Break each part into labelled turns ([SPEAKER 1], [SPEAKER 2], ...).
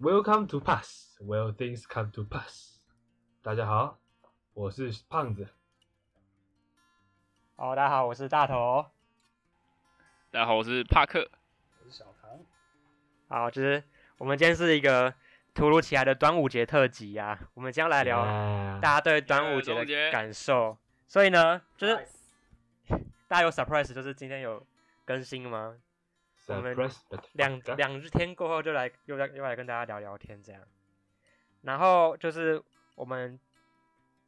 [SPEAKER 1] Welcome to pass. Well, things come to pass. 大家好，我是胖子。
[SPEAKER 2] 好，大家好，我是大头。
[SPEAKER 3] 大家好，我是帕克。
[SPEAKER 4] 我是小唐，
[SPEAKER 2] 好，就是我们今天是一个突如其来的端午节特辑啊，我们将来聊
[SPEAKER 1] 哎
[SPEAKER 2] 大家对端午节
[SPEAKER 3] 端午节
[SPEAKER 2] 的感受。所以呢，就是
[SPEAKER 4] Nice
[SPEAKER 2] 大家有 surprise，就是今天有更新吗？我们
[SPEAKER 1] surprise the
[SPEAKER 2] 两
[SPEAKER 1] fucker
[SPEAKER 2] 两天过后就来又来又来跟大家聊聊天这样。然后就是我们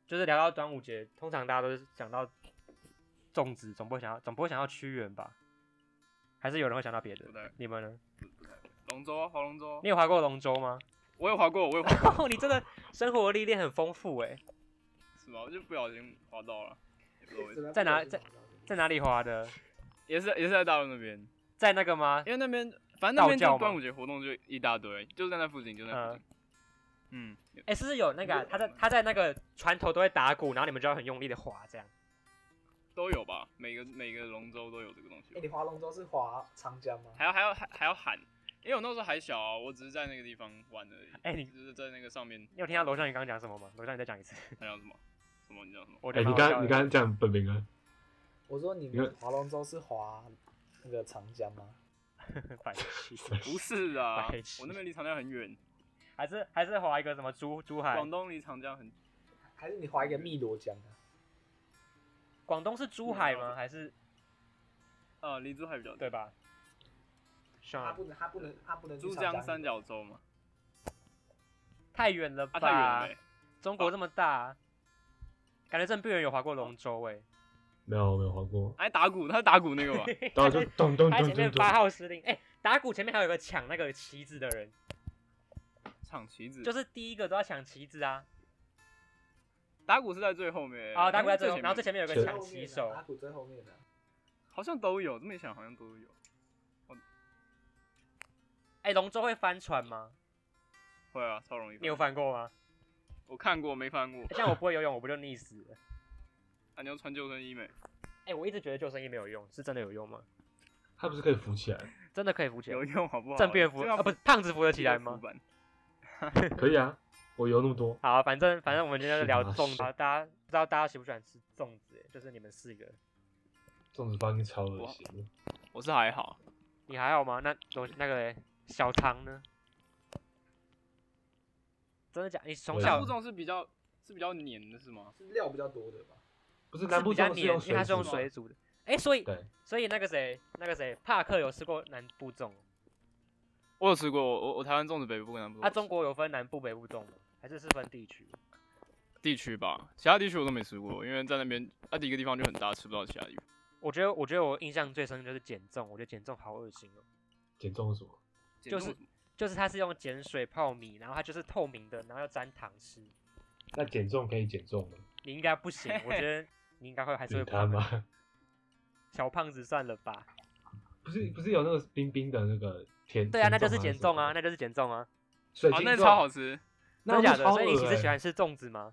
[SPEAKER 2] 就是聊到端午节，通常大家都是想到粽子，总不会想要总不会想要屈原吧？还是有人会想到别的
[SPEAKER 3] 不对？
[SPEAKER 2] 你们呢？
[SPEAKER 3] 龙舟，啊划龙舟
[SPEAKER 2] 你，有划过龙舟吗？
[SPEAKER 3] 我有划过，我有划过，
[SPEAKER 2] 哦，你真的生活历练很丰富哎，
[SPEAKER 3] 是吗？我就不小心划到了，也不知道为什么
[SPEAKER 2] 在哪在在哪里划的？
[SPEAKER 3] 也是也是在大陆那边，
[SPEAKER 2] 在那个吗？
[SPEAKER 3] 因为那边反正那边
[SPEAKER 2] 道教
[SPEAKER 3] 就
[SPEAKER 2] 吗
[SPEAKER 3] 端午节活动就一大堆，就是在那附近，就在那附近。嗯，
[SPEAKER 2] 哎、是不是有那个啊、他在他在那个船头都会打鼓，然后你们就要很用力的划这样？
[SPEAKER 3] 都有吧，每个每个龙舟都有这个东
[SPEAKER 4] 哎，
[SPEAKER 3] 西，
[SPEAKER 4] 你划龙舟是划长江吗？
[SPEAKER 3] 还要还要还还要喊，因为我那时候还小啊，我只是在那个地方玩而已。
[SPEAKER 2] 哎你
[SPEAKER 3] 就是在那个上面，
[SPEAKER 2] 你有听到楼上你刚刚讲什么吗？楼上你再讲一次，
[SPEAKER 3] 还讲什么什么？你讲什么？
[SPEAKER 2] 我觉
[SPEAKER 1] 哎，
[SPEAKER 2] 得
[SPEAKER 1] 你
[SPEAKER 2] 蛮好笑
[SPEAKER 1] 刚
[SPEAKER 2] 的
[SPEAKER 1] 你刚刚讲本名啊？
[SPEAKER 4] 我说你
[SPEAKER 1] 因为
[SPEAKER 4] 们划龙舟是划那个长江吗？
[SPEAKER 2] 白痴，
[SPEAKER 3] 不是啊
[SPEAKER 2] 白痴，
[SPEAKER 3] 我那边离长江很远，
[SPEAKER 2] 还是还是划一个什么珠珠海？
[SPEAKER 3] 广东离长江很
[SPEAKER 4] 还是你划一个汨罗江啊？
[SPEAKER 2] 广东是珠海吗？
[SPEAKER 3] 嗯
[SPEAKER 2] 还是
[SPEAKER 3] 啊，离珠海比较近
[SPEAKER 2] 对吧？是
[SPEAKER 4] 他
[SPEAKER 2] 啊，
[SPEAKER 4] 不能，他不能，他不能去
[SPEAKER 3] 珠
[SPEAKER 4] 长江
[SPEAKER 3] 江三角洲嘛，
[SPEAKER 2] 太远了吧？
[SPEAKER 3] 啊，太远了欸、
[SPEAKER 2] 中国这么大，啊感觉郑碧人有划过龙舟哎、
[SPEAKER 1] 没有没有划过。
[SPEAKER 3] 哎，打鼓，他是打鼓那 个吧？
[SPEAKER 1] 然后就咚咚
[SPEAKER 2] 啊他
[SPEAKER 1] 咚
[SPEAKER 2] 前面
[SPEAKER 1] 咚
[SPEAKER 2] 发
[SPEAKER 1] 咚。
[SPEAKER 2] 号施令，哎、打鼓前面还有一个抢那个旗子的人，
[SPEAKER 3] 抢旗子，
[SPEAKER 2] 就是是第一个都要抢旗子啊。
[SPEAKER 3] 打鼓是在最后面。
[SPEAKER 2] 啊，打鼓在最后，
[SPEAKER 3] 前面
[SPEAKER 2] 然后最前面有
[SPEAKER 1] 是
[SPEAKER 2] 个
[SPEAKER 4] 最后
[SPEAKER 2] 抢
[SPEAKER 4] 面
[SPEAKER 2] 旗
[SPEAKER 4] 啊
[SPEAKER 2] 手
[SPEAKER 4] 阿，古最后面的啊，
[SPEAKER 3] 好像都有，这么一想好像都有。
[SPEAKER 2] 哎，龙舟会翻船吗？
[SPEAKER 3] 会啊，超容易
[SPEAKER 2] 你有翻
[SPEAKER 3] 翻。
[SPEAKER 2] 过吗？
[SPEAKER 3] 我看过，没翻过。
[SPEAKER 2] 像我不会游泳，我不就溺死了？
[SPEAKER 3] 啊，你要穿救生衣没？
[SPEAKER 2] 哎，我一直觉得救生衣没有用，是真的有用吗？
[SPEAKER 1] 他不是可以浮起来？
[SPEAKER 2] 真的可以浮起来
[SPEAKER 3] 有？用好不好？
[SPEAKER 2] 正变浮
[SPEAKER 3] 就
[SPEAKER 2] 啊，
[SPEAKER 3] 要
[SPEAKER 2] 不是胖子浮得
[SPEAKER 3] 浮
[SPEAKER 2] 起来吗
[SPEAKER 3] 浮？板
[SPEAKER 1] 可以啊，我游那么多。
[SPEAKER 2] 好，反正反正我们今天就是聊
[SPEAKER 1] 吗
[SPEAKER 2] 粽
[SPEAKER 1] 是
[SPEAKER 2] 子啊，大家不知道大家喜不喜欢吃粽子？哎就是你们四个，
[SPEAKER 1] 粽子帮你超恶心的。
[SPEAKER 3] 我是还好，
[SPEAKER 2] 你还好吗？那我那个嘞小唐呢？真的假？你从
[SPEAKER 1] 我
[SPEAKER 3] 南
[SPEAKER 2] 小
[SPEAKER 3] 部粽是比较是比较黏的是吗？
[SPEAKER 4] 是料比较多的吧？
[SPEAKER 1] 不是
[SPEAKER 2] 是
[SPEAKER 1] 南部
[SPEAKER 2] 比较
[SPEAKER 1] 粽是
[SPEAKER 2] 黏，
[SPEAKER 1] 用
[SPEAKER 2] 因为
[SPEAKER 1] 水
[SPEAKER 2] 它是用
[SPEAKER 1] 煮的
[SPEAKER 2] 水煮的。哎，所以
[SPEAKER 1] 对，
[SPEAKER 2] 所以那个谁，那个谁，帕克有吃过南部粽吗？
[SPEAKER 3] 我有吃过，我我台湾粽子北部跟南部。
[SPEAKER 2] 啊，中国有分南部北部粽吗？还是是分地区？
[SPEAKER 3] 地区吧，其他地区我都没吃过，因为在那边啊，第一个地方就很大，吃不到其他地方。
[SPEAKER 2] 我觉得，我觉得我印象最深就是减重，我觉得减重好恶心哦。
[SPEAKER 1] 减重是什么？
[SPEAKER 2] 就是就是它是用碱水泡米，然后它就是透明的，然后要沾糖吃。
[SPEAKER 1] 那减重可以减重吗？
[SPEAKER 2] 你应该不行，我觉得你应该会还是
[SPEAKER 1] 是
[SPEAKER 2] 会
[SPEAKER 1] 他
[SPEAKER 2] 胖的。
[SPEAKER 1] 吗？
[SPEAKER 2] 小胖子算了吧。
[SPEAKER 1] 不是不是有那个冰冰的那个甜？
[SPEAKER 2] 对啊，那
[SPEAKER 1] 甜
[SPEAKER 2] 就是
[SPEAKER 1] 还
[SPEAKER 2] 减
[SPEAKER 1] 什么
[SPEAKER 2] 重啊，。那就是减重啊，
[SPEAKER 1] 水
[SPEAKER 4] 哦
[SPEAKER 3] 啊，
[SPEAKER 1] 晶
[SPEAKER 3] 那
[SPEAKER 1] 粽
[SPEAKER 3] 超好，吃，
[SPEAKER 1] 那
[SPEAKER 2] 真的假的？
[SPEAKER 1] 超
[SPEAKER 2] 所以你
[SPEAKER 1] 恶
[SPEAKER 2] 其实喜
[SPEAKER 1] 欸
[SPEAKER 2] 欢吃粽子吗？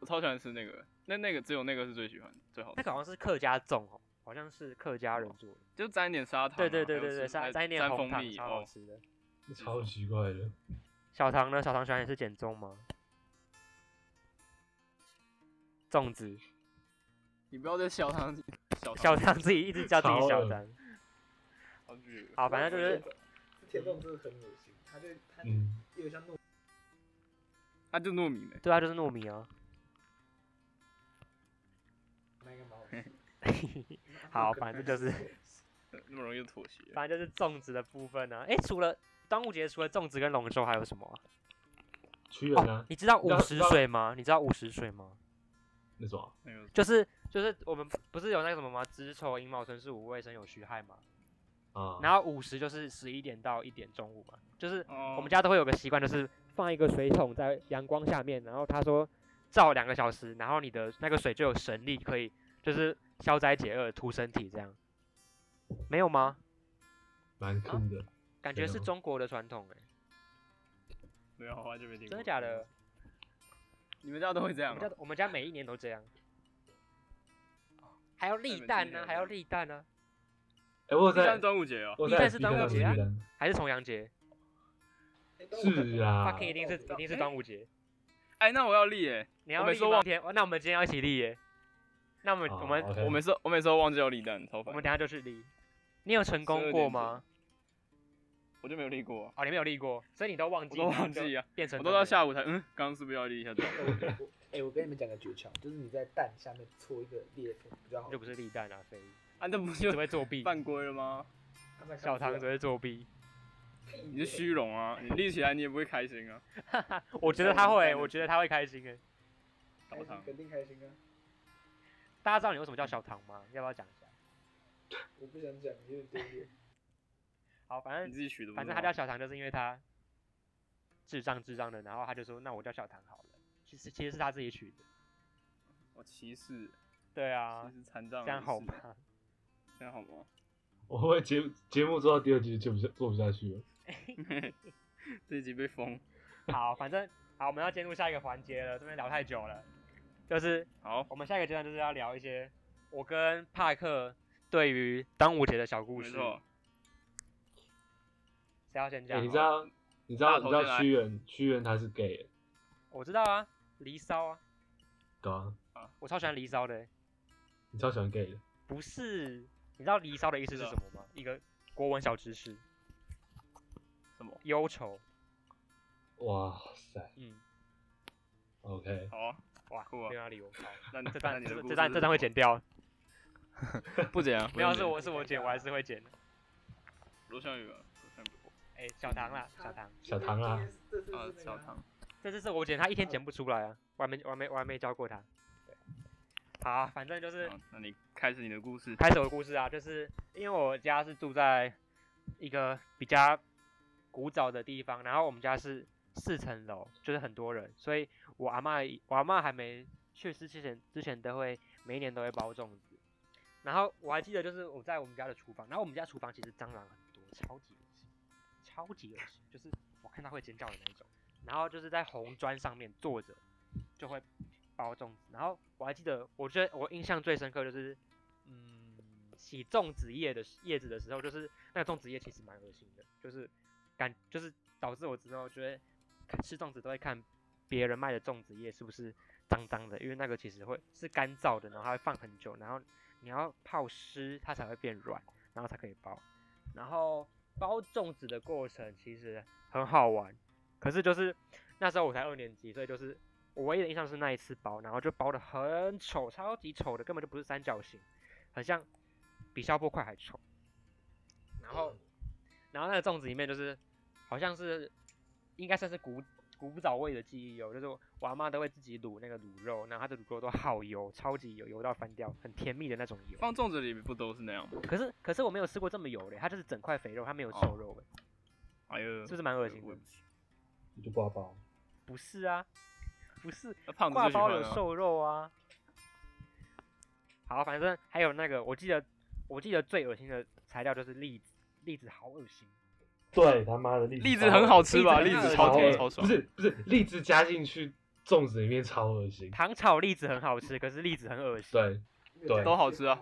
[SPEAKER 3] 我超喜欢吃那个，那那个只有那个是最喜欢最好吃
[SPEAKER 2] 那个好像是客家粽哦，好像是客家人做的。
[SPEAKER 3] 就沾一点砂糖啊、
[SPEAKER 2] 对对对
[SPEAKER 3] 还有
[SPEAKER 2] 对对，
[SPEAKER 3] 吃
[SPEAKER 2] 沾
[SPEAKER 3] 还有
[SPEAKER 2] 沾一点
[SPEAKER 3] 沾
[SPEAKER 2] 红
[SPEAKER 3] 蜂
[SPEAKER 2] 糖，
[SPEAKER 3] 蜜
[SPEAKER 2] 超好
[SPEAKER 3] 哦。
[SPEAKER 2] 吃的。
[SPEAKER 1] 超奇怪的。
[SPEAKER 2] 小唐呢？小唐喜欢也是减重吗？粽子，
[SPEAKER 3] 你不要再小糖小
[SPEAKER 2] 小
[SPEAKER 3] 糖，
[SPEAKER 2] 唐自己一直叫自己小唐。
[SPEAKER 3] 好恶心
[SPEAKER 2] 好，反正就是
[SPEAKER 4] 甜粽真的很恶心，它就它就
[SPEAKER 1] 嗯，
[SPEAKER 4] 有点像糯，
[SPEAKER 3] 它就糯米没，
[SPEAKER 2] 对啊，就是糯米啊。
[SPEAKER 4] 那应该蛮好吃的。
[SPEAKER 2] 好，反正就是
[SPEAKER 3] 那么容易就妥协。啊
[SPEAKER 2] 反正就是粽子的部分呢、啊。哎，除了端午节，除了粽子跟龙舟，还有什么啊、
[SPEAKER 1] 屈原啊，
[SPEAKER 2] 你知道
[SPEAKER 1] 你知道
[SPEAKER 2] 午时水吗？你知道午时水吗？
[SPEAKER 1] 那什么
[SPEAKER 3] 那个
[SPEAKER 2] 就是就是我们不是有那个什么吗？子丑寅卯辰巳午未申酉戌亥嘛。
[SPEAKER 1] 啊？
[SPEAKER 2] 然后午时就是十一点到一点中午嘛，就是
[SPEAKER 3] 哦
[SPEAKER 2] 我们家都会有个习惯，就是放一个水桶在阳光下面，然后他说照两个小时，然后你的那个水就有神力，可以就是消灾解厄、涂身体这样，没有吗？
[SPEAKER 1] 蛮酷的。
[SPEAKER 2] 感觉是
[SPEAKER 1] 没有
[SPEAKER 2] 中国的传统哎、
[SPEAKER 3] 没有，好久没听过。嗯
[SPEAKER 2] 真的假的？？
[SPEAKER 3] 你们家都会这
[SPEAKER 2] 我
[SPEAKER 3] 样
[SPEAKER 2] 们
[SPEAKER 3] 啊？
[SPEAKER 2] 家我们家每一年都这样，还要立
[SPEAKER 3] 本
[SPEAKER 2] 蛋
[SPEAKER 3] 纪
[SPEAKER 2] 呢、
[SPEAKER 3] 念
[SPEAKER 2] 还要
[SPEAKER 3] 日
[SPEAKER 2] 立蛋啊呢、
[SPEAKER 1] 哎，我有
[SPEAKER 3] 现在
[SPEAKER 1] 在
[SPEAKER 3] 端午节哦，
[SPEAKER 1] 我
[SPEAKER 2] 一
[SPEAKER 1] 在
[SPEAKER 2] 半是
[SPEAKER 1] FB 看
[SPEAKER 2] 端午
[SPEAKER 1] 到
[SPEAKER 2] 节啊
[SPEAKER 1] 屈原
[SPEAKER 2] 还是重阳节？
[SPEAKER 4] 哎端午可
[SPEAKER 1] 是啊
[SPEAKER 2] fucking 一定是一
[SPEAKER 4] 哦
[SPEAKER 2] 定是端午节。
[SPEAKER 3] 哎，那我要立哎，
[SPEAKER 2] 你要
[SPEAKER 3] 我每
[SPEAKER 2] 立
[SPEAKER 3] 次都
[SPEAKER 2] 吗
[SPEAKER 3] 忘
[SPEAKER 2] 天，哦那我们今天要一起立耶。那我们
[SPEAKER 1] 哦
[SPEAKER 2] 我们
[SPEAKER 1] OK
[SPEAKER 3] 我每次我每次都忘记要立蛋，超
[SPEAKER 2] 我
[SPEAKER 3] 烦
[SPEAKER 2] 们，等下就去立。你有成功
[SPEAKER 3] 12
[SPEAKER 2] 过
[SPEAKER 3] 点
[SPEAKER 2] 吗？
[SPEAKER 3] 我就没有立过啊，
[SPEAKER 2] 哦，你没有立过，所以你都忘
[SPEAKER 3] 我
[SPEAKER 2] 记，
[SPEAKER 3] 都忘记
[SPEAKER 2] 啊，
[SPEAKER 3] 啊，
[SPEAKER 2] 变成
[SPEAKER 3] 我都到下
[SPEAKER 2] 午。
[SPEAKER 3] 午才嗯，刚刚是不是要立一下蛋？
[SPEAKER 4] 哎我哎，我跟你们讲个诀窍，就是你在蛋下面戳一个裂缝比较好。
[SPEAKER 2] 就不是立蛋啊，所以
[SPEAKER 3] 啊，那不
[SPEAKER 2] 只
[SPEAKER 3] 就
[SPEAKER 2] 会作 弊。
[SPEAKER 3] 犯规了吗？
[SPEAKER 4] 刚才看
[SPEAKER 2] 小
[SPEAKER 4] 不出来
[SPEAKER 2] 唐只会作 弊，
[SPEAKER 4] 屁
[SPEAKER 3] 你是
[SPEAKER 4] 耶哎
[SPEAKER 3] 虚荣啊，你立起来你也不会开心啊，
[SPEAKER 2] 我觉得他会，我觉得他会开心诶。哎
[SPEAKER 3] 倒
[SPEAKER 4] 开
[SPEAKER 3] 汤
[SPEAKER 4] 心，肯定开心啊！
[SPEAKER 2] 大家知道你为什么叫小唐吗？要不要讲一下？
[SPEAKER 4] 我不想讲，有点丢脸。
[SPEAKER 2] 好，反正
[SPEAKER 3] 你自己取的不是吗，
[SPEAKER 2] 反正他叫小唐，就是因为他智障智障的，然后他就说那我叫小唐好了。其实其实是他自己取的。
[SPEAKER 3] 我哦歧视，
[SPEAKER 2] 对啊
[SPEAKER 3] 歧，视残障，
[SPEAKER 2] 这样好？吗？
[SPEAKER 3] 这样好吗？
[SPEAKER 1] 我会节节目做到第二集就不下做不下去了。
[SPEAKER 3] 这一集被封，
[SPEAKER 2] 好，反正好，我们要进入下一个环节了，这边聊太久了。就是
[SPEAKER 3] 好，
[SPEAKER 2] 我们下一个阶段就是要聊一些我跟帕克对于端午节的小故
[SPEAKER 3] 没
[SPEAKER 2] 事。
[SPEAKER 3] 错，
[SPEAKER 2] 谁要先
[SPEAKER 1] 哎、
[SPEAKER 2] 讲？
[SPEAKER 1] 你知道你知道
[SPEAKER 3] 哦大
[SPEAKER 1] 你
[SPEAKER 3] 头
[SPEAKER 1] 知
[SPEAKER 3] 先
[SPEAKER 1] 道屈原屈原他是 gay，耶
[SPEAKER 2] 我知道啊，离骚啊，
[SPEAKER 1] 对啊，
[SPEAKER 2] 我超喜欢离骚的欸、
[SPEAKER 1] 你超喜欢 gay 的，
[SPEAKER 2] 不是，你知道离骚的意思是什么吗？一个国文小知识，
[SPEAKER 3] 什么？
[SPEAKER 2] 忧愁。
[SPEAKER 1] 哇塞
[SPEAKER 2] 嗯，
[SPEAKER 1] ，OK，
[SPEAKER 3] 好啊，
[SPEAKER 2] 哇，
[SPEAKER 3] 酷啊
[SPEAKER 2] 没有要理我。好，
[SPEAKER 3] 那
[SPEAKER 2] 这
[SPEAKER 3] 那
[SPEAKER 2] 段
[SPEAKER 3] 你的
[SPEAKER 2] 这
[SPEAKER 3] 故
[SPEAKER 2] 这
[SPEAKER 3] 事
[SPEAKER 2] 段
[SPEAKER 3] 是
[SPEAKER 2] 这段会
[SPEAKER 3] 什么
[SPEAKER 2] 剪掉，
[SPEAKER 3] 不剪啊？
[SPEAKER 2] 没有是
[SPEAKER 3] 我
[SPEAKER 2] 我是我剪，我还是会剪的。
[SPEAKER 3] 罗翔宇啊，罗翔宇，
[SPEAKER 2] 哎，小唐啦，
[SPEAKER 3] 嗯
[SPEAKER 2] 小唐，
[SPEAKER 1] 小唐啊，
[SPEAKER 4] 这次是
[SPEAKER 3] 啊
[SPEAKER 4] 那，个
[SPEAKER 3] 小
[SPEAKER 4] 啊
[SPEAKER 3] 唐，
[SPEAKER 2] 这次是我剪，他一天剪不出来啊，我还没我还没我还没教过他。对，好啊，反正就是
[SPEAKER 3] 好那你开始你的故事，
[SPEAKER 2] 开始我的故事啊，就是因为我家是住在一个比较古早的地方，然后我们家是四层楼，就是很多人，所以我阿妈我阿妈还没去世之前，之前都会每一年都会包粽子。然后我还记得，就是我在我们家的厨房，然后我们家厨房其实蟑螂很多，超级恶心，超级恶心，就是我看到会尖叫的那一种。然后就是在红砖上面坐着，就会包粽子。然后我还记得，我觉得我印象最深刻就是，嗯，洗粽子叶的时叶子的时候，就是那个粽子叶其实蛮恶心的，就是感就是导致我之后觉得看吃粽子都会看别人卖的粽子叶是不是脏脏的，因为那个其实会是干燥的，然后它会放很久，然后你要泡湿它才会变软，然后才可以包。然后包粽子的过程其实很好玩，可是就是那时候我才二年级，所以就是我唯一的印象是那一次包，然后就包的很丑，超级丑的，根本就不是三角形，很像比消波块还丑。然后，然后那个粽子里面就是好像是应该算是古古早味的记忆哦，就是我阿妈都会自己卤那个卤肉，然后她的卤肉都好油，超级油，油到翻掉，很甜蜜的那种油。
[SPEAKER 3] 放粽子里不都是那样吗？
[SPEAKER 2] 可是可是我没有吃过这么油的，它就是整块肥肉，它没有瘦肉的，
[SPEAKER 3] 哎呦，
[SPEAKER 2] 是不是蛮恶心
[SPEAKER 3] 我
[SPEAKER 2] 的
[SPEAKER 3] 也？不吃
[SPEAKER 1] 你就挂包，
[SPEAKER 2] 不是啊，不是，
[SPEAKER 3] 那胖子
[SPEAKER 2] 挂
[SPEAKER 3] 最喜
[SPEAKER 2] 包
[SPEAKER 3] 欢
[SPEAKER 2] 有
[SPEAKER 3] 啊
[SPEAKER 2] 瘦肉啊。好，反正还有那个，我记得我记得最恶心的材料就是栗子，栗子好恶心。
[SPEAKER 1] 对他妈的栗
[SPEAKER 3] 栗子很好吃 吧？
[SPEAKER 2] 栗
[SPEAKER 3] 栗
[SPEAKER 2] 子
[SPEAKER 3] 子
[SPEAKER 2] 很
[SPEAKER 3] 超
[SPEAKER 2] 好
[SPEAKER 3] 甜
[SPEAKER 2] 吃
[SPEAKER 3] 超
[SPEAKER 1] 不
[SPEAKER 3] 爽。
[SPEAKER 1] 是不是栗子加进去粽子里面超恶心，
[SPEAKER 2] 糖炒栗子很好吃，可是栗子很恶心。
[SPEAKER 1] 对，
[SPEAKER 4] 那个
[SPEAKER 1] 对
[SPEAKER 3] 都好吃啊，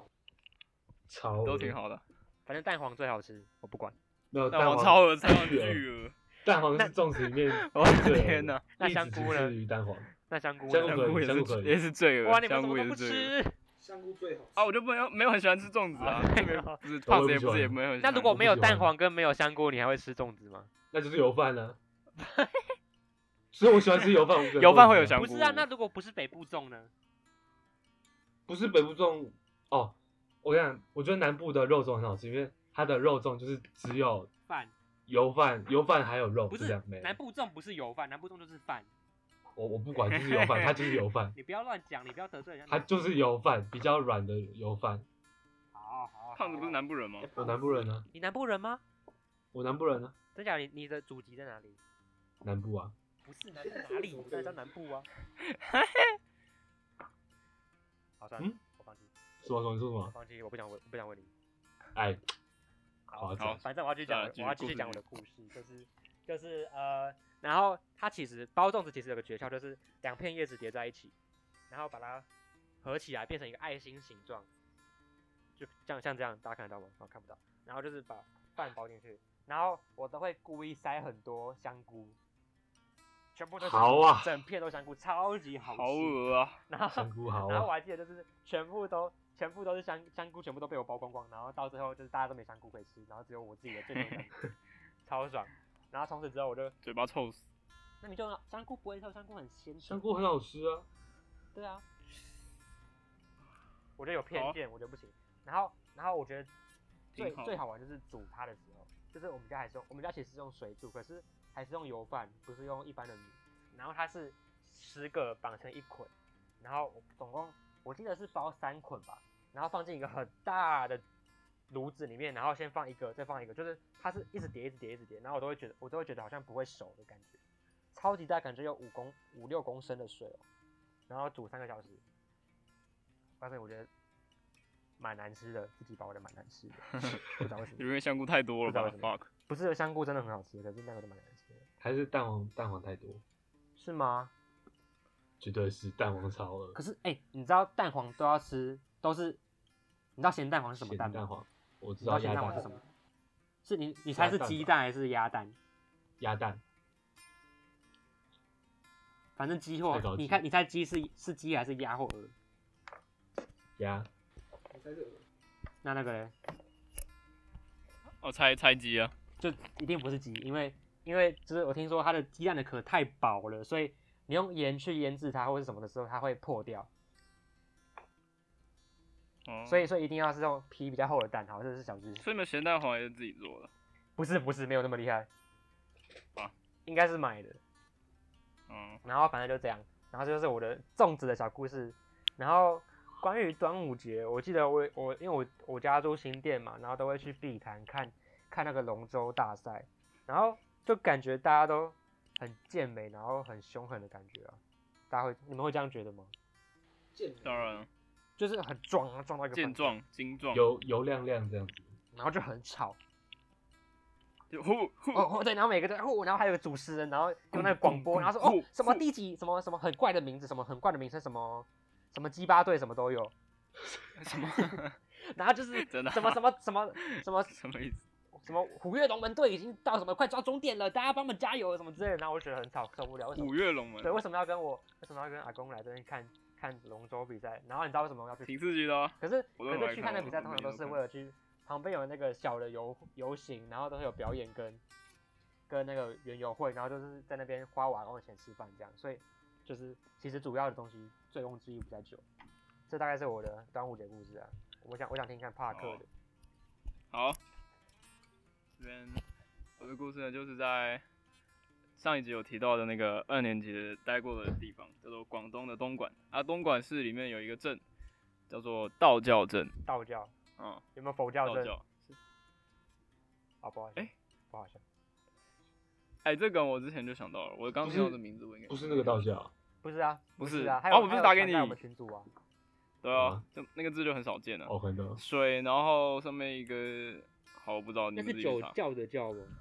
[SPEAKER 1] 超恶
[SPEAKER 3] 都挺好的，
[SPEAKER 2] 反正蛋黄最好吃，我不管。
[SPEAKER 1] 没有
[SPEAKER 3] 蛋
[SPEAKER 1] 黄
[SPEAKER 3] 黄超恶超巨
[SPEAKER 1] 巨
[SPEAKER 3] 恶，
[SPEAKER 1] 蛋黄是粽子里面
[SPEAKER 3] 我的
[SPEAKER 1] 最恶
[SPEAKER 3] 天哪！
[SPEAKER 2] 那
[SPEAKER 1] 栗子
[SPEAKER 2] 香
[SPEAKER 1] 只
[SPEAKER 2] 菇呢
[SPEAKER 1] 是鱼蛋黄，
[SPEAKER 2] 那 香菇
[SPEAKER 1] 香菇
[SPEAKER 2] 呢
[SPEAKER 1] 不可以
[SPEAKER 3] 也
[SPEAKER 1] 香
[SPEAKER 3] 是
[SPEAKER 1] 菇可以
[SPEAKER 3] 也是罪
[SPEAKER 2] 哇，
[SPEAKER 3] 恶，
[SPEAKER 2] 你们
[SPEAKER 3] 香
[SPEAKER 2] 怎
[SPEAKER 3] 菇
[SPEAKER 2] 么
[SPEAKER 3] 也
[SPEAKER 2] 都不
[SPEAKER 3] 是罪恶
[SPEAKER 2] 吃？
[SPEAKER 4] 香菇最好吃
[SPEAKER 3] 啊！我就没有没有很喜欢吃粽子啊，
[SPEAKER 2] 哎
[SPEAKER 3] 这边
[SPEAKER 2] 呦
[SPEAKER 3] 不是
[SPEAKER 1] 我
[SPEAKER 3] 胖
[SPEAKER 1] 也
[SPEAKER 3] 子
[SPEAKER 1] 不
[SPEAKER 3] 也
[SPEAKER 1] 喜欢
[SPEAKER 3] 不是也没有很喜
[SPEAKER 2] 那
[SPEAKER 3] 欢。
[SPEAKER 2] 如果没有
[SPEAKER 1] 不喜欢
[SPEAKER 2] 蛋黄跟没有香菇，你还会吃粽子吗？
[SPEAKER 1] 那就是油饭啊。所以我喜欢吃油饭，我不喜欢
[SPEAKER 3] 油饭
[SPEAKER 1] 粽子
[SPEAKER 3] 会有
[SPEAKER 1] 啊
[SPEAKER 3] 香菇
[SPEAKER 2] 不是啊，那如果不是北部粽呢？
[SPEAKER 1] 不是北部粽哦，我跟你讲，我觉得南部的肉粽很好吃，因为它的肉粽就是只有
[SPEAKER 2] 饭
[SPEAKER 1] 油饭，油饭还有肉，
[SPEAKER 2] 不
[SPEAKER 1] 就这
[SPEAKER 2] 是
[SPEAKER 1] 样没了。
[SPEAKER 2] 南部粽不是油饭，南部粽就是饭。
[SPEAKER 1] 我我不管，就是油饭，它就是油 饭，
[SPEAKER 2] 你不要乱讲，你不要得罪人家
[SPEAKER 1] 它
[SPEAKER 2] 南。
[SPEAKER 1] 就是油饭，比较软的油饭。
[SPEAKER 2] 好好好，
[SPEAKER 3] 胖子不是南部人吗？
[SPEAKER 1] 我哦南部人呢、
[SPEAKER 2] 你南部人吗？
[SPEAKER 1] 我南部人呢、
[SPEAKER 2] 真假？你你的祖籍在哪里？
[SPEAKER 1] 南部啊，
[SPEAKER 2] 不是南部哪里？我在叫南部 啊。好，算了，
[SPEAKER 1] 嗯
[SPEAKER 2] 我放弃，
[SPEAKER 1] 什么什么什
[SPEAKER 2] 我
[SPEAKER 1] 么？
[SPEAKER 2] 放弃，我不想问，我不想问你。
[SPEAKER 1] 哎，好，
[SPEAKER 3] 好
[SPEAKER 2] 反正我要继续讲
[SPEAKER 3] 再
[SPEAKER 2] 我的，
[SPEAKER 3] 来继
[SPEAKER 2] 我要继
[SPEAKER 3] 续故
[SPEAKER 2] 续
[SPEAKER 3] 事
[SPEAKER 2] 讲我的故事，就是就是呃，然后它其实包粽子其实有个诀窍，就是两片叶子叠在一起，然后把它合起来变成一个爱心形哦状，就像像这样，大家看得到吗？好，看不到。然后就是把饭包进去，然后我都会故意塞很多香菇，全部都是
[SPEAKER 1] 好啊
[SPEAKER 2] 整片都香菇，超级好吃。
[SPEAKER 3] 好恶啊！
[SPEAKER 2] 然后
[SPEAKER 1] 香菇好
[SPEAKER 2] 然后我
[SPEAKER 1] 啊，
[SPEAKER 2] 还记得就是全部都全部都是香香菇，全部都被我剥光光，然后到最后就是大家都没香菇可以吃，然后只有我自己的最多香 菇，超爽。然后从此之后我就，
[SPEAKER 3] 嘴巴臭死。
[SPEAKER 2] 那你就拿香菇不会臭，香菇很鲜。
[SPEAKER 1] 香菇很好吃啊。
[SPEAKER 2] 对啊，我觉得有偏见，我觉得不行。然后，然后我觉得最
[SPEAKER 3] 挺好
[SPEAKER 2] 最好玩就是煮它的时候，就是我们家还是用我们家其实是用水煮，可是还是用油饭，不是用一般的米。然后它是十个绑成一捆，然后我总共我记得是包三捆吧，然后放进一个很大的炉子里面，然后先放一个，再放一个，就是它是一直叠一直叠一直叠，然后我都会觉得我都会觉得好像不会熟的感觉，超级大，感觉有五公五六公升的水哦。然后煮三个小时，发现我觉得蛮难吃的，自己把我的蛮难吃的，不知道为什
[SPEAKER 3] 因
[SPEAKER 2] 么。
[SPEAKER 3] 为香菇太多了吧
[SPEAKER 2] 不知道为
[SPEAKER 3] ？fuck，
[SPEAKER 2] 不是香菇真的很好吃，可是那个就蛮难吃的，
[SPEAKER 1] 还是蛋黄蛋黄太多，
[SPEAKER 2] 是吗？
[SPEAKER 1] 绝对是蛋黄超恶
[SPEAKER 2] 可。是哎、你知道蛋黄都要吃，都是你知道咸蛋黄是什么
[SPEAKER 1] 咸
[SPEAKER 2] 蛋
[SPEAKER 1] 蛋
[SPEAKER 2] 吗？
[SPEAKER 1] 黄，我知
[SPEAKER 2] 你
[SPEAKER 1] 道
[SPEAKER 2] 知道咸
[SPEAKER 1] 鸭
[SPEAKER 2] 蛋黄是什
[SPEAKER 1] 蛋，
[SPEAKER 2] 么？是你你猜是鸡蛋还是鸭蛋？
[SPEAKER 1] 鸭蛋
[SPEAKER 2] 反正鸡或
[SPEAKER 1] 太高级
[SPEAKER 2] 你看你猜鸡是是鸡还是鸭或鹅？
[SPEAKER 1] 鸭
[SPEAKER 4] 你猜是
[SPEAKER 2] 那那个嘞
[SPEAKER 3] 哦，猜猜鸡啊，
[SPEAKER 2] 就一定不是鸡，因为因为就是我听说它的鸡蛋的壳太薄了，所以你用盐去腌制它或是什么的时候，它会破掉。
[SPEAKER 3] 哦，
[SPEAKER 2] 所以所以一定要是用皮比较厚的蛋，好，这是小知识。
[SPEAKER 3] 所以你们咸蛋黄也是自己做的，
[SPEAKER 2] 不是不是，没有那么厉害
[SPEAKER 3] 啊，
[SPEAKER 2] 应该是买的。
[SPEAKER 3] 嗯，
[SPEAKER 2] 然后反正就这样，然后这就是我的粽子的小故事。然后关于端午节，我记得我我因为我我家住新店嘛，然后都会去碧潭看看那个龙舟大赛，然后就感觉大家都很健美，然后很凶狠的感觉啊。大家会你们会这样觉得吗？
[SPEAKER 4] 健美
[SPEAKER 3] 当然了，
[SPEAKER 2] 就是很壮，然后撞到一个
[SPEAKER 3] 健
[SPEAKER 2] 翻
[SPEAKER 3] 壮、精壮，
[SPEAKER 1] 油油亮亮这样子，
[SPEAKER 2] 身，然后就很吵，
[SPEAKER 3] 就呼呼，
[SPEAKER 2] 哦哦对，然后每个在哦，然后还有个主持人，然后用那个广播，然后说哦什么第几什么什么很怪的名字，什么很怪的名称，什么什么鸡巴队什么都有，
[SPEAKER 3] 什么
[SPEAKER 2] 然后就是
[SPEAKER 3] 真的啊
[SPEAKER 2] 什么什么什么什么
[SPEAKER 3] 什么意思？
[SPEAKER 2] 什么虎跃龙门队已经到什么快抓终点了，大家帮我们加油什么之类的，然后我就觉得很吵，受不了，为什么
[SPEAKER 3] 五？月龙门
[SPEAKER 2] 对，，为什么要跟我为什么要跟阿公来这边看看龙舟比赛？然后你知道为什么要去
[SPEAKER 3] 挺刺激的啊。
[SPEAKER 2] 可是
[SPEAKER 3] 我都
[SPEAKER 2] 可
[SPEAKER 3] 没
[SPEAKER 2] 是去看
[SPEAKER 3] 看
[SPEAKER 2] 那
[SPEAKER 3] 过
[SPEAKER 2] 比赛，通
[SPEAKER 3] 我没
[SPEAKER 2] 常都
[SPEAKER 3] 有
[SPEAKER 2] 是
[SPEAKER 3] 看
[SPEAKER 2] 为了去旁边有那个小的游游行，然后都会有表演跟跟那个园游会，然后就是在那边花瓦工的钱吃饭这样，所以就是其实主要的东西醉翁之意不在酒，这大概是我的端午节故事啊。我想我想听看帕克
[SPEAKER 3] 好啊
[SPEAKER 2] 的，
[SPEAKER 3] 好，这边我的故事呢，就是在上一集有提到的那个二年级的待过的地方，叫做广东的东莞啊。东莞市里面有一个镇，叫做道教镇，
[SPEAKER 2] 道教
[SPEAKER 3] 嗯，
[SPEAKER 2] 有没有佛教
[SPEAKER 3] 道
[SPEAKER 2] 证？
[SPEAKER 3] 教。
[SPEAKER 2] 啊，不好笑，
[SPEAKER 3] 哎
[SPEAKER 2] 不好笑，
[SPEAKER 3] 哎，这个我之前就想到了，我刚听到这名字，我应该
[SPEAKER 1] 不是那个道教，
[SPEAKER 2] 不是啊，
[SPEAKER 3] 不
[SPEAKER 2] 是
[SPEAKER 3] 是
[SPEAKER 2] 啊，还有
[SPEAKER 3] 哦，我不是打给你，
[SPEAKER 2] 我们群主啊，
[SPEAKER 3] 对啊，就那个字就很少见了。
[SPEAKER 1] 哦，很多
[SPEAKER 3] 水，然后上面一个，好，我不知道你
[SPEAKER 2] 那
[SPEAKER 3] 们自
[SPEAKER 2] 是
[SPEAKER 3] 己
[SPEAKER 2] 酒
[SPEAKER 3] 查
[SPEAKER 2] 教的教吗？
[SPEAKER 3] 嗯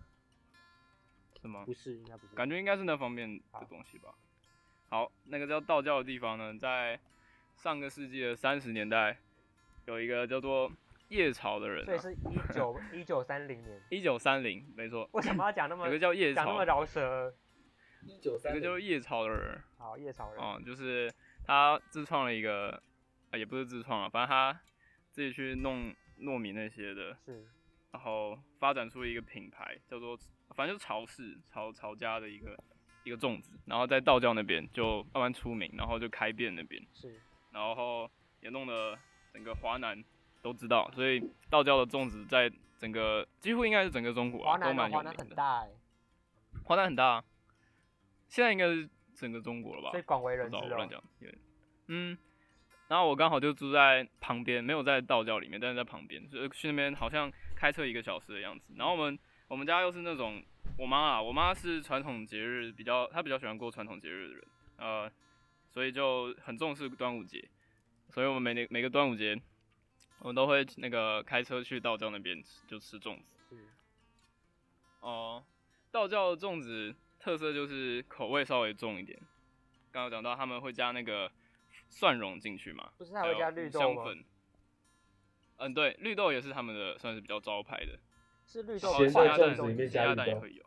[SPEAKER 3] 是吗
[SPEAKER 2] 不？是，应该不是，
[SPEAKER 3] 感觉应该是那方面的东西吧。好，那个叫道教的地方呢，在上个世纪的三十年代，有一个叫做叶朝的人、
[SPEAKER 2] 所以
[SPEAKER 3] 啊，
[SPEAKER 2] 是一 九一九三零年。
[SPEAKER 3] 一九三零，没错，
[SPEAKER 2] 为什么要讲那么
[SPEAKER 3] 有个叫叶
[SPEAKER 2] 讲那
[SPEAKER 3] 朝
[SPEAKER 2] 么，饶舌？
[SPEAKER 4] 一九
[SPEAKER 3] 有
[SPEAKER 4] 三
[SPEAKER 3] 个叫
[SPEAKER 4] 零，
[SPEAKER 3] 叶朝的人，
[SPEAKER 2] 好，夜草人。
[SPEAKER 3] 哦、就是他自创了一个，啊，也不是自创了，反正他自己去弄糯米那些的，
[SPEAKER 2] 是
[SPEAKER 3] 然后发展出一个品牌，叫做反正就是曹氏曹曹家的一个一个粽子，然后在道教那边就慢慢出名，然后就开遍那边，
[SPEAKER 2] 是，
[SPEAKER 3] 然后也弄得整个华南都知道，所以道教的粽子在整个几乎应该是整个中国、
[SPEAKER 2] 华
[SPEAKER 3] 啊、都
[SPEAKER 2] 南
[SPEAKER 3] 蛮
[SPEAKER 2] 哦
[SPEAKER 3] 有
[SPEAKER 2] 华
[SPEAKER 3] 名
[SPEAKER 2] 南很
[SPEAKER 3] 的，
[SPEAKER 2] 大哎，
[SPEAKER 3] 华南很大、啊，现在应该是整个中国了吧？
[SPEAKER 2] 所以广为人
[SPEAKER 3] 不
[SPEAKER 2] 知
[SPEAKER 3] 知道我乱
[SPEAKER 2] 哦。
[SPEAKER 3] 讲，有点嗯。然后我刚好就住在旁边，没有在道教里面，但是在旁边，就是去那边好像开车一个小时的样子。然后我们我们家又是那种我妈啊，我妈是传统节日比较，她比较喜欢过传统节日的人，呃，所以就很重视端午节，所以我们每每个端午节，我们都会那个开车去道教那边吃就吃粽子。
[SPEAKER 2] 是
[SPEAKER 3] 哦、道教的粽子特色就是口味稍微重一点。刚刚有讲到他们会加那个蒜蓉进去嘛，
[SPEAKER 2] 不是还会加绿
[SPEAKER 3] 还有
[SPEAKER 2] 豆
[SPEAKER 3] 五香
[SPEAKER 2] 吗？
[SPEAKER 3] 粉。嗯，对，绿豆也是他们的算是比较招牌的。
[SPEAKER 2] 是绿豆嗯
[SPEAKER 1] 咸
[SPEAKER 2] 饭
[SPEAKER 1] 的
[SPEAKER 2] 还
[SPEAKER 3] 鸭
[SPEAKER 2] 是
[SPEAKER 1] 粽
[SPEAKER 2] 绿
[SPEAKER 1] 子
[SPEAKER 2] 豆
[SPEAKER 1] 里面
[SPEAKER 2] 泥
[SPEAKER 1] 加
[SPEAKER 3] 鸭
[SPEAKER 1] 绿
[SPEAKER 3] 蛋也
[SPEAKER 1] 豆
[SPEAKER 3] 会有，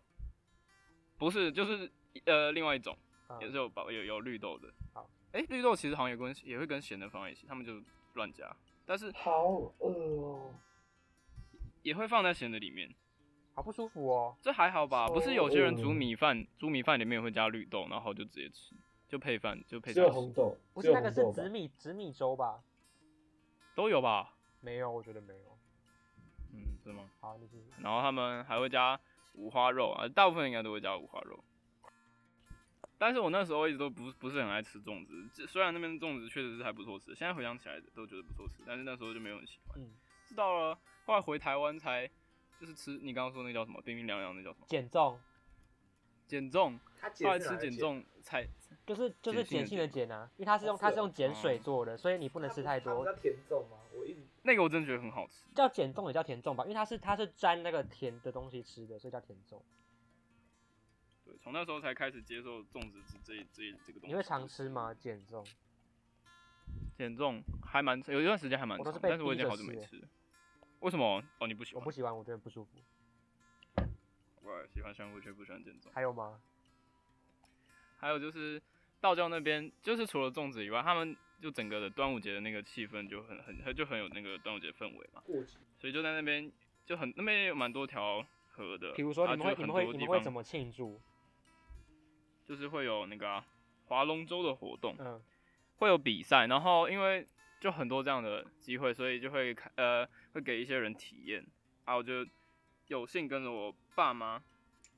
[SPEAKER 3] 不是就是呃另外一种
[SPEAKER 2] 啊
[SPEAKER 3] 也是有包有有绿豆的
[SPEAKER 2] 好。
[SPEAKER 3] 哎、绿豆其实好像也跟也会跟咸的放在一起，他们就乱加，但是
[SPEAKER 1] 好饿哦。
[SPEAKER 3] 也会放在咸的里面，
[SPEAKER 2] 好不舒服哦。
[SPEAKER 3] 这还好吧？不是有些人煮
[SPEAKER 1] 哦
[SPEAKER 3] 米饭，煮米饭里面也会加绿豆，然后就直接吃，就配饭就配
[SPEAKER 1] 只
[SPEAKER 3] 着
[SPEAKER 1] 有红
[SPEAKER 3] 吃，
[SPEAKER 1] 豆，
[SPEAKER 2] 不
[SPEAKER 1] 只
[SPEAKER 2] 是
[SPEAKER 1] 有
[SPEAKER 2] 那个
[SPEAKER 1] 红
[SPEAKER 2] 是
[SPEAKER 1] 豆吧
[SPEAKER 2] 紫米紫米粥吧？
[SPEAKER 3] 都有吧？
[SPEAKER 2] 没有，我觉得没有。
[SPEAKER 3] 嗯，是吗？
[SPEAKER 2] 好，你继续。
[SPEAKER 3] 然后他们还会加五花肉啊，大部分应该都会加五花肉。但是我那时候一直都不不是很爱吃粽子，这虽然那边粽子确实是还不错吃，现在回想起来都觉得不错吃，但是那时候就没有很喜欢。
[SPEAKER 2] 嗯，
[SPEAKER 3] 知道了，后来回台湾才就是吃你刚刚说那叫什么冰冰凉凉那叫什么
[SPEAKER 2] 减重
[SPEAKER 3] 减重，
[SPEAKER 4] 他解
[SPEAKER 3] 后来
[SPEAKER 4] 释啊
[SPEAKER 3] 吃
[SPEAKER 4] 哪一
[SPEAKER 3] 减
[SPEAKER 4] 节，
[SPEAKER 3] 重才
[SPEAKER 2] 就是就是
[SPEAKER 3] 碱性的
[SPEAKER 2] 碱性的碱啊，因为它是用
[SPEAKER 4] 哦
[SPEAKER 2] 它
[SPEAKER 4] 是
[SPEAKER 2] 是
[SPEAKER 4] 哦
[SPEAKER 2] 用碱水
[SPEAKER 3] 哦
[SPEAKER 2] 做的，所以你不能吃太
[SPEAKER 4] 他们
[SPEAKER 2] 多
[SPEAKER 4] 叫。甜粽吗？我一直
[SPEAKER 3] 那个我真的觉得很好吃。
[SPEAKER 2] 叫减重也叫甜粽吧，因为它是它是沾那个甜的东西吃的，所以叫甜粽。
[SPEAKER 3] 对，从那时候才开始接受粽子这这这这个东西。
[SPEAKER 2] 你会常吃吗？减重？
[SPEAKER 3] 减重还蛮有一段时间还蛮
[SPEAKER 2] 我都是
[SPEAKER 3] 长，
[SPEAKER 2] 被
[SPEAKER 3] 但是我已
[SPEAKER 2] 逼
[SPEAKER 3] 经
[SPEAKER 2] 着
[SPEAKER 3] 好久没
[SPEAKER 2] 吃欸
[SPEAKER 3] 吃了。为什么？哦，你不喜
[SPEAKER 2] 我
[SPEAKER 3] 欢？
[SPEAKER 2] 不喜欢，我觉得不舒服。
[SPEAKER 3] 我喜欢香菇，却不喜欢减重。
[SPEAKER 2] 还有吗？
[SPEAKER 3] 还有就是道教那边，就是除了粽子以外，他们就整个的端午节的那个气氛就很很就很有那个端午节氛围嘛，
[SPEAKER 4] 过去
[SPEAKER 3] 所以就在那边就很那边也有蛮多条河的，
[SPEAKER 2] 比如说
[SPEAKER 3] 啊
[SPEAKER 2] 你们会
[SPEAKER 3] 就
[SPEAKER 2] 你
[SPEAKER 3] 很
[SPEAKER 2] 们会你
[SPEAKER 3] 多地
[SPEAKER 2] 们会
[SPEAKER 3] 方
[SPEAKER 2] 怎么庆祝？
[SPEAKER 3] 就是会有那个啊划、龙舟的活动，
[SPEAKER 2] 嗯，
[SPEAKER 3] 会有比赛，然后因为就很多这样的机会，所以就会开呃会给一些人体验啊，我就有幸跟着我爸妈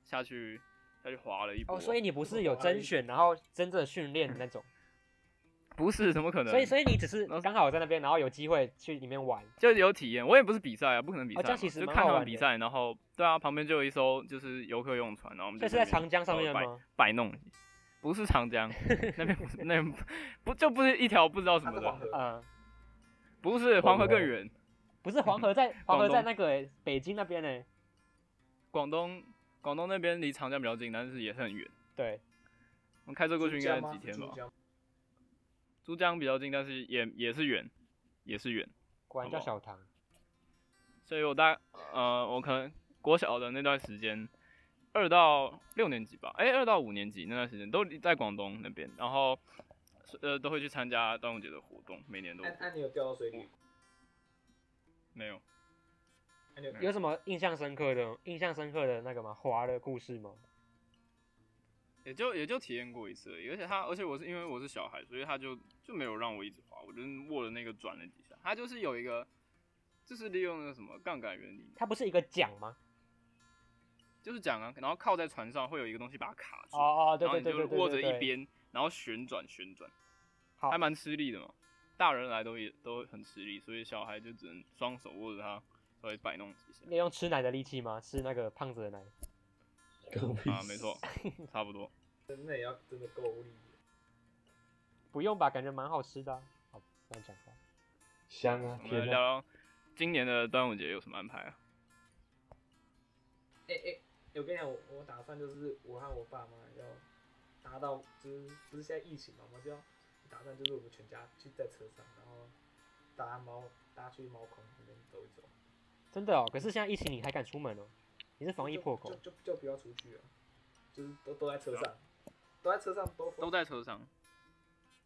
[SPEAKER 3] 下去下去划了一波，
[SPEAKER 2] 哦，所以你不
[SPEAKER 4] 我
[SPEAKER 2] 是有
[SPEAKER 4] 怀
[SPEAKER 2] 甄
[SPEAKER 4] 疑
[SPEAKER 2] 选，然后真正训练的那种，
[SPEAKER 3] 不是怎么可能，
[SPEAKER 2] 所以所以你只是
[SPEAKER 3] 然后
[SPEAKER 2] 刚好在那边，然后有机会去里面玩。
[SPEAKER 3] 就有体验，我也不是比赛啊，不可能比赛
[SPEAKER 2] 哦
[SPEAKER 3] 嘛、
[SPEAKER 2] 这样其实
[SPEAKER 3] 就
[SPEAKER 2] 蛮
[SPEAKER 3] 看
[SPEAKER 2] 好
[SPEAKER 3] 他们
[SPEAKER 2] 玩
[SPEAKER 3] 比
[SPEAKER 2] 的
[SPEAKER 3] 赛，然后对啊，旁边就有一艘就是游客用船，然后我们
[SPEAKER 2] 这
[SPEAKER 3] 就是
[SPEAKER 2] 在
[SPEAKER 3] 那边
[SPEAKER 2] 长江上
[SPEAKER 3] 稍微
[SPEAKER 2] 面
[SPEAKER 3] 摆
[SPEAKER 2] 吗？
[SPEAKER 3] 摆弄，不是长 江那边不是那边不不就不是一条不知道什
[SPEAKER 4] 他
[SPEAKER 3] 么
[SPEAKER 4] 是黄
[SPEAKER 3] 的，
[SPEAKER 4] 河，
[SPEAKER 2] 嗯，
[SPEAKER 3] 不是黄河
[SPEAKER 1] 黄
[SPEAKER 3] 更
[SPEAKER 1] 河
[SPEAKER 3] 远，
[SPEAKER 2] 不是黄河 在黄
[SPEAKER 3] 广
[SPEAKER 2] 河在
[SPEAKER 3] 东
[SPEAKER 2] 那个欸北京那边呢。
[SPEAKER 3] 广东广东那边离长江比较近，但是也是很远，
[SPEAKER 2] 对，
[SPEAKER 3] 我们开车过去应该
[SPEAKER 4] 珠江吗
[SPEAKER 3] 几天
[SPEAKER 4] 是珠
[SPEAKER 3] 吧？
[SPEAKER 4] 江
[SPEAKER 3] 珠江比较近，但是也也是远，也是远，
[SPEAKER 2] 果然叫
[SPEAKER 3] 好不
[SPEAKER 2] 小唐。
[SPEAKER 3] 所以我大呃，我可能国小的那段时间，二到六年级吧，哎、二到五年级那段时间都在广东那边，然后呃都会去参加端午节的活动，每年 都嗯
[SPEAKER 4] 安安妮有掉到水里，
[SPEAKER 3] 没有
[SPEAKER 4] 安妮有
[SPEAKER 2] 有什么印象深刻的、印象深刻的那个吗？滑的故事吗？
[SPEAKER 3] 也就也就体验过一次而已，而且他，而且我是因为我是小孩，所以他就就没有让我一直滑，我就握了那个转了几下，他就是有一个，就是利用那个什么杠杆原理，
[SPEAKER 2] 它不是一个桨吗？
[SPEAKER 3] 就是讲啊，然后靠在船上会有一个东西把它卡住，
[SPEAKER 2] 哦哦，对
[SPEAKER 3] 然
[SPEAKER 2] 对
[SPEAKER 3] 后你
[SPEAKER 2] 对对
[SPEAKER 3] 就
[SPEAKER 2] 对
[SPEAKER 3] 握着
[SPEAKER 2] 对
[SPEAKER 3] 一
[SPEAKER 2] 对。
[SPEAKER 3] 边，然后旋转旋转，
[SPEAKER 2] 好
[SPEAKER 3] 还蛮吃力的嘛。大人来都也都很吃力，所以小孩就只能双手握着它，稍微摆弄几下。
[SPEAKER 2] 你用吃奶的力气吗？吃那个胖子的奶？
[SPEAKER 1] 狗屁
[SPEAKER 3] 啊，没错，差不多。
[SPEAKER 4] 真的也要真的够力。
[SPEAKER 2] 不用吧，感觉蛮好吃的啊、好，乱讲话。
[SPEAKER 1] 香啊！
[SPEAKER 3] 我们来
[SPEAKER 1] 天
[SPEAKER 3] 聊
[SPEAKER 1] 啊，
[SPEAKER 3] 聊今年的端午节有什么安排啊？
[SPEAKER 4] 哎哎、欸我跟你讲，我我打算就是我和我爸妈要达到，就是不是现在疫情嘛，我们就要打算就是我们全家去在车上，然后搭猫搭去猫空那边走一走，
[SPEAKER 2] 真的哦，可是现在疫情你还敢出门哦？你是防疫
[SPEAKER 4] 就
[SPEAKER 2] 破口
[SPEAKER 4] 就，就就不要出去了，就是都都在车上，都在车上都
[SPEAKER 3] 都在车上，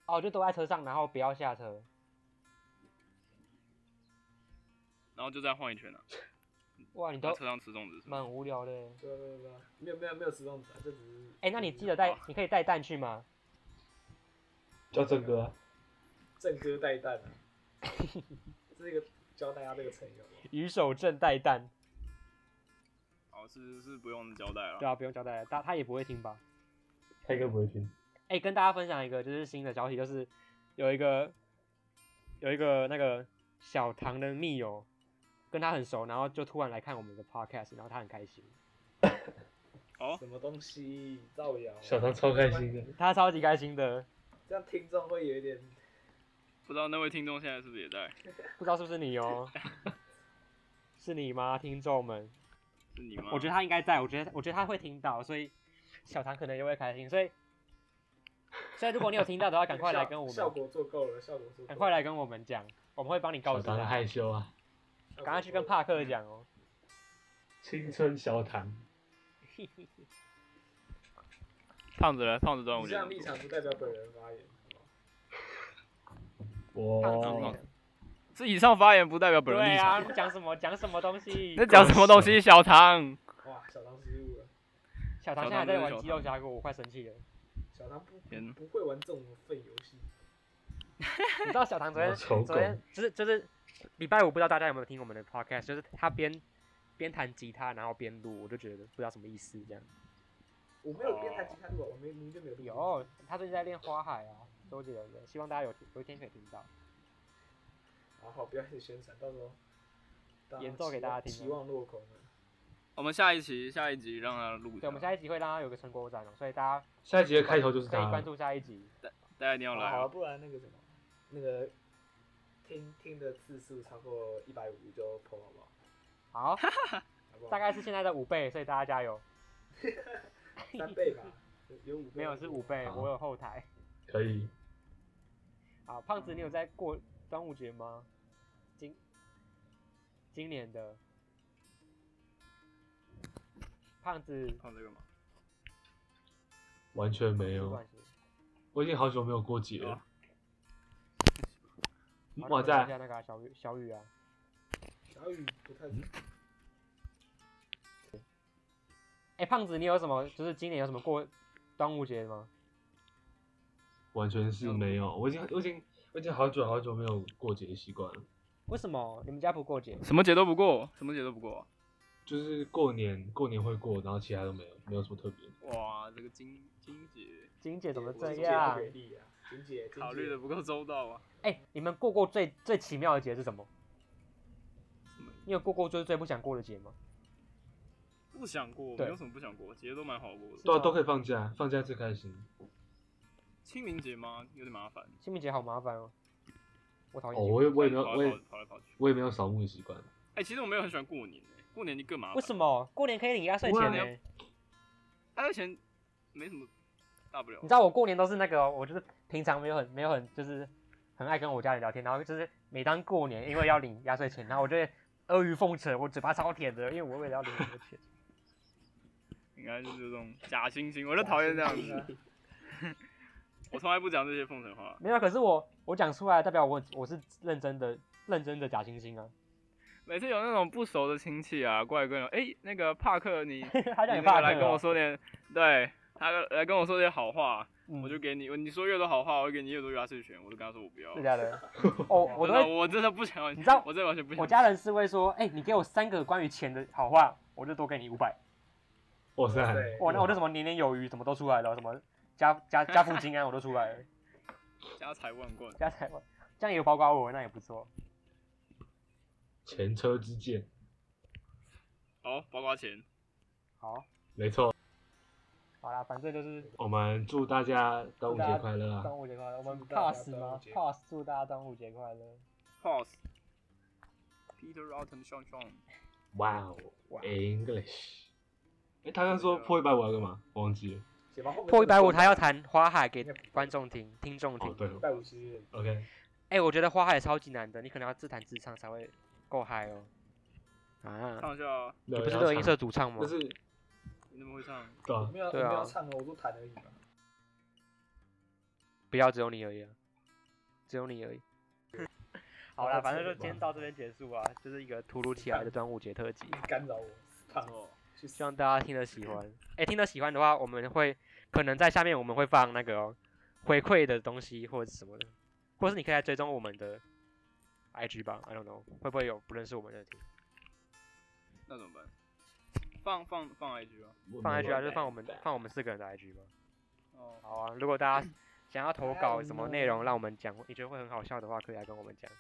[SPEAKER 2] 哦，就都在车上，然后不要下车。
[SPEAKER 3] 然后就再晃一圈啊，
[SPEAKER 2] 哇，你
[SPEAKER 3] 在
[SPEAKER 2] 都
[SPEAKER 3] 车上吃粽子是吗？
[SPEAKER 2] 蛮无聊的欸。
[SPEAKER 4] 对啊对啊对啊，没有没有没有吃粽子啊，就只是
[SPEAKER 2] 哎、那你记得带，你可以带蛋去吗？
[SPEAKER 1] 叫郑哥啊，
[SPEAKER 4] 正哥带蛋 啊，这个教大家这个成语好不好？
[SPEAKER 2] 鱼手正带蛋，
[SPEAKER 3] 哦，是是不用交代了
[SPEAKER 2] 对。啊，不用交代了，他他也不会听吧？
[SPEAKER 1] 他应该不会听。
[SPEAKER 2] 哎、跟大家分享一个就是新的消息，就是有一个有一个那个小唐的密友，跟他很熟，然后就突然来看我们的 podcast，然后他很开心，
[SPEAKER 3] 哦，
[SPEAKER 4] 什么东西造谣啊？
[SPEAKER 1] 小唐超开心的，
[SPEAKER 2] 他超级开心的，
[SPEAKER 4] 这样听众会有一点
[SPEAKER 3] 不知道那位听众现在是不是也在？
[SPEAKER 2] 不知道是不是你哦？ 是你吗，听众们？
[SPEAKER 3] 是你吗？
[SPEAKER 2] 我觉得他应该在，我觉得我觉得他会听到，所以小唐可能也会开心，所以所以如果你有听到的话，赶快来跟我
[SPEAKER 4] 效
[SPEAKER 2] 们，
[SPEAKER 4] 果做够了，效果做够了，
[SPEAKER 2] 赶快来跟我们讲，我们会帮你告
[SPEAKER 1] 小
[SPEAKER 2] 知
[SPEAKER 1] 唐
[SPEAKER 2] 他，
[SPEAKER 1] 害羞啊，
[SPEAKER 4] 效果做够了，
[SPEAKER 2] 赶快去跟帕克讲哦。
[SPEAKER 1] 青春小谈，
[SPEAKER 3] 胖子来，胖子端午
[SPEAKER 4] 以
[SPEAKER 3] 节怎
[SPEAKER 4] 上
[SPEAKER 3] 么
[SPEAKER 4] 立
[SPEAKER 3] 过
[SPEAKER 4] 场不代表本人发言，好不好？
[SPEAKER 1] 我
[SPEAKER 3] 这以上发言不代表本人
[SPEAKER 2] 对
[SPEAKER 3] 立
[SPEAKER 2] 啊，
[SPEAKER 3] 场。
[SPEAKER 2] 讲什么讲什么东西
[SPEAKER 3] 你在？讲什么东西？小唐，
[SPEAKER 4] 哇，小唐失误了，
[SPEAKER 2] 小唐现在还在玩肌肉峡谷，我快生气了。
[SPEAKER 4] 小唐不
[SPEAKER 3] 天哪
[SPEAKER 4] 不会玩这种废游戏，
[SPEAKER 2] 你知道 小唐昨天
[SPEAKER 1] 我丑
[SPEAKER 2] 昨
[SPEAKER 1] 狗，
[SPEAKER 2] 天就是就是礼拜五，不知道大家有没有听我们的 podcast，就是他边边弹吉他，然后边录，我就觉得不知道什么意思这样。
[SPEAKER 4] 我
[SPEAKER 3] 哦
[SPEAKER 4] 没有编台吉他录啊，我没明明就没有录。
[SPEAKER 2] 有，他最近在练花海啊，周杰伦的，希望大家有有一天可以听到。
[SPEAKER 4] 好好，不要一直宣传，到时候大家
[SPEAKER 2] 演奏给
[SPEAKER 4] 期望
[SPEAKER 2] 大家听啊
[SPEAKER 4] 期望落空了。
[SPEAKER 3] 我们下一期下一集让他录一下。
[SPEAKER 2] 对，我们下一集会让他有个成果展哦，所以大家
[SPEAKER 1] 下一集的开头就是
[SPEAKER 2] 可以
[SPEAKER 1] 他
[SPEAKER 2] 关
[SPEAKER 1] 了，
[SPEAKER 2] 注下一集。
[SPEAKER 3] 大家一定要
[SPEAKER 4] 好
[SPEAKER 3] 来
[SPEAKER 4] 啊，
[SPEAKER 3] 哦。
[SPEAKER 4] 不然那个什么，那个听听的次数超过一百五就破好不 好？
[SPEAKER 2] 好，
[SPEAKER 4] 好不好？
[SPEAKER 2] 大概是现在的五倍，所以大家加油。
[SPEAKER 4] 三倍 吧，有有五倍
[SPEAKER 2] 没有是五倍，
[SPEAKER 1] 好
[SPEAKER 2] 我有后台。
[SPEAKER 1] 可以。
[SPEAKER 2] 啊，胖
[SPEAKER 1] 嗯
[SPEAKER 2] 子，你有在过端午节吗？今今年的胖子
[SPEAKER 3] 胖子干嘛？
[SPEAKER 1] 完全没
[SPEAKER 2] 不
[SPEAKER 1] 有
[SPEAKER 2] 管，是
[SPEAKER 1] 我已经好久没有过节了。
[SPEAKER 2] 好
[SPEAKER 1] 嗯我
[SPEAKER 2] 那们问一
[SPEAKER 1] 在
[SPEAKER 2] 下那个啊小雨小雨啊，
[SPEAKER 4] 小雨不太
[SPEAKER 3] 嗯
[SPEAKER 4] 行，
[SPEAKER 2] 哎，胖子，你有什么就是今年有什么过端午节吗？
[SPEAKER 1] 完全是没有，我已经我已经我已经好久好久没有过节的习惯了，
[SPEAKER 2] 为什么你们家不过节？
[SPEAKER 3] 什么节都不过，什么节都不过。
[SPEAKER 1] 就是过年过年会过，然后其他都没有，没有什么特别的。
[SPEAKER 3] 哇，这个金金节
[SPEAKER 2] 金姐怎么这
[SPEAKER 4] 金姐
[SPEAKER 2] 样
[SPEAKER 4] 不？给力啊，金姐金
[SPEAKER 3] 考虑
[SPEAKER 4] 姐
[SPEAKER 3] 的不够周到啊。
[SPEAKER 2] 哎，你们过过最最奇妙的节是什么？
[SPEAKER 3] 什么
[SPEAKER 2] 你有过过就是最不想过的节吗？
[SPEAKER 3] 不想过，
[SPEAKER 2] 对
[SPEAKER 3] 没有什么不想过，节都蛮好过的。
[SPEAKER 1] 对啊，
[SPEAKER 2] 吗
[SPEAKER 1] 都可以放假，放假最开心。
[SPEAKER 3] 清明节吗？有点麻烦。
[SPEAKER 2] 清明节好麻烦哦，我讨
[SPEAKER 1] 哦，
[SPEAKER 2] 厌清明。
[SPEAKER 1] 我也我也没有，
[SPEAKER 3] 跑
[SPEAKER 1] 我
[SPEAKER 3] 来跑
[SPEAKER 1] 也
[SPEAKER 3] 去跑来跑去。
[SPEAKER 1] 我也没有扫墓的习惯。
[SPEAKER 3] 哎，其实我没有很喜欢过年，哎过年就更麻烦。
[SPEAKER 2] 为什？么过年可以领压岁
[SPEAKER 1] 不会
[SPEAKER 2] 钱
[SPEAKER 1] 啊
[SPEAKER 2] 呢、
[SPEAKER 3] 你要哎而且没什么大不了
[SPEAKER 2] 你。知道我过年都是那个哦、我就是平常没有很没有很就是很爱跟我家人聊天，然后就是每当过年，因为要领压岁钱，然后我就会阿谀奉承，我嘴巴超甜的，因为我为了要领压岁钱。
[SPEAKER 3] 应该就是这种假惺惺，我就讨厌这样子。啊
[SPEAKER 4] 子。
[SPEAKER 3] 我从来不讲这些奉承话。
[SPEAKER 2] 没有，啊可是我我讲出来代表我我是认真的认真的假惺惺啊。
[SPEAKER 3] 每次有那种不熟的亲戚啊，过来跟我，哎、那个帕克你，你
[SPEAKER 2] 他叫
[SPEAKER 3] 那
[SPEAKER 2] 你
[SPEAKER 3] 个
[SPEAKER 2] 爸
[SPEAKER 3] 来
[SPEAKER 2] 克
[SPEAKER 3] 跟
[SPEAKER 2] 哦
[SPEAKER 3] 我，说点，对，他来跟我说点好话，
[SPEAKER 2] 嗯
[SPEAKER 3] 我就给你，你说越多好话，我就给你越多压岁钱。我就跟他说我不要
[SPEAKER 2] 是，假的。哦，我都
[SPEAKER 3] 真的
[SPEAKER 2] 会，
[SPEAKER 3] 我真的不想，
[SPEAKER 2] 你知道
[SPEAKER 3] 我真的完全不想。
[SPEAKER 2] 我家人是会说，哎、你给我三个关于钱的好话，我就多给你五百。
[SPEAKER 1] 哇塞
[SPEAKER 4] 哇塞！
[SPEAKER 2] 哇，那我就什么年年有余，什么都出来了，什么家家家父金安我都出来了，
[SPEAKER 3] 家财万贯，
[SPEAKER 2] 家财万，这样也有包括我，那也不错。
[SPEAKER 1] 前车之鉴，
[SPEAKER 3] 好，包括钱，
[SPEAKER 2] 好，
[SPEAKER 1] 没错。
[SPEAKER 2] 好啦，反正就是
[SPEAKER 1] 我们祝大家端午节快乐啊！
[SPEAKER 2] 端午节快乐。我们
[SPEAKER 4] 祝大家
[SPEAKER 2] pass
[SPEAKER 4] 端午
[SPEAKER 2] 吗
[SPEAKER 4] 节
[SPEAKER 2] ？pass 祝大家端午节快乐。
[SPEAKER 3] Pause。Peter Alton 上上，
[SPEAKER 1] 哇哦
[SPEAKER 2] 哇
[SPEAKER 1] ，English。哎，他刚说破一百五要干嘛？我忘记了。
[SPEAKER 4] 写吧，
[SPEAKER 2] 破一百五，他要弹《花海》给观众听、听众
[SPEAKER 1] 哦
[SPEAKER 2] 听，。
[SPEAKER 1] 对
[SPEAKER 4] 一百五十，
[SPEAKER 1] ，OK，
[SPEAKER 2] 哎、我觉得《花海》超级难的，你可能要自弹自唱才会够嗨哦。啊，
[SPEAKER 3] 唱一下，
[SPEAKER 1] 你
[SPEAKER 2] 你不是乐音社
[SPEAKER 1] 社，
[SPEAKER 2] 主唱吗
[SPEAKER 1] 但？是
[SPEAKER 3] 你怎么会唱？
[SPEAKER 1] 对
[SPEAKER 4] 我
[SPEAKER 1] 啊，
[SPEAKER 4] 没有我没
[SPEAKER 2] 对啊
[SPEAKER 4] 有唱啊，我都弹而已嘛。
[SPEAKER 2] 不要，只有你而已、啊，只有你而已。 好啦，
[SPEAKER 4] 好
[SPEAKER 2] 反正就
[SPEAKER 4] 吃
[SPEAKER 2] 今天到这边结束啊，就是一个突如其来的端午节特辑。
[SPEAKER 4] 一直干扰我，胖
[SPEAKER 3] 哦，
[SPEAKER 4] 去死
[SPEAKER 2] 希望大家听得喜欢。哎、听得喜欢的话，我们会可能在下面我们会放那个哦、回馈的东西或者是什么的，或是你可以来追踪我们的 IG 吧，I don't know，会不会有不认识我们的人听？
[SPEAKER 3] 那怎么办？放放放 IG 啊。
[SPEAKER 1] 我
[SPEAKER 2] 放
[SPEAKER 1] 没有
[SPEAKER 2] IG 啊，就是放我们放我们四个人的 IG 吧。
[SPEAKER 3] 哦，
[SPEAKER 2] 好啊，如果大家想要投稿什么
[SPEAKER 4] I don't
[SPEAKER 2] 内
[SPEAKER 1] 嗯
[SPEAKER 2] 容让我们讲，你觉得会很好笑的话，可以来跟我们讲。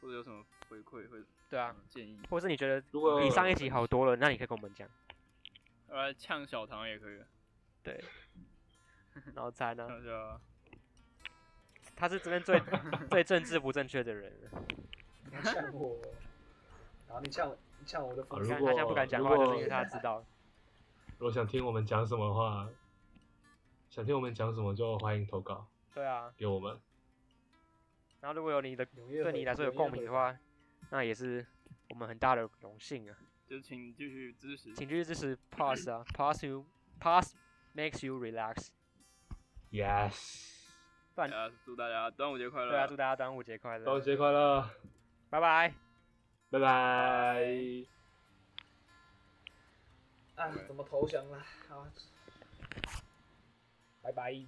[SPEAKER 3] 或者有什么回馈或者
[SPEAKER 2] 对啊，
[SPEAKER 3] 建议，
[SPEAKER 2] 或是你觉得
[SPEAKER 1] 如果
[SPEAKER 2] 比上一集好多了，那你可以跟我们讲。
[SPEAKER 3] 呃，呛小唐也可以，
[SPEAKER 2] 对，然后猜呢，
[SPEAKER 1] 嗯
[SPEAKER 3] 唱一下。
[SPEAKER 2] 他是这边最最政治不正确的人了。
[SPEAKER 4] 你呛我， 然后你呛我，你呛我的
[SPEAKER 1] 啊
[SPEAKER 4] 风
[SPEAKER 1] 如
[SPEAKER 2] 你
[SPEAKER 4] 扇
[SPEAKER 2] 看
[SPEAKER 1] 果
[SPEAKER 2] 他现在不敢讲话，
[SPEAKER 1] 如
[SPEAKER 2] 就
[SPEAKER 1] 果
[SPEAKER 2] 是因为他知道。
[SPEAKER 1] 如果想听我们讲什么的话，想听我们讲什么就欢迎投稿
[SPEAKER 2] 对啊，
[SPEAKER 1] 给我们。
[SPEAKER 2] 然后如果有你的
[SPEAKER 4] 踊跃
[SPEAKER 2] 对
[SPEAKER 4] 回
[SPEAKER 2] 你来说有共鸣的，话，那也是我们很大的荣幸啊。
[SPEAKER 3] 就请继续支持。
[SPEAKER 2] 请继续支持 Pause 啊，Pause you Pause makes you relax。
[SPEAKER 1] Yes，
[SPEAKER 3] 大家祝大家端午节快乐！
[SPEAKER 2] 对啊，祝大家端午节快乐，
[SPEAKER 1] 端午节快乐，
[SPEAKER 2] 拜拜。
[SPEAKER 1] 拜拜。
[SPEAKER 4] 啊，怎么投降啦？好，拜拜。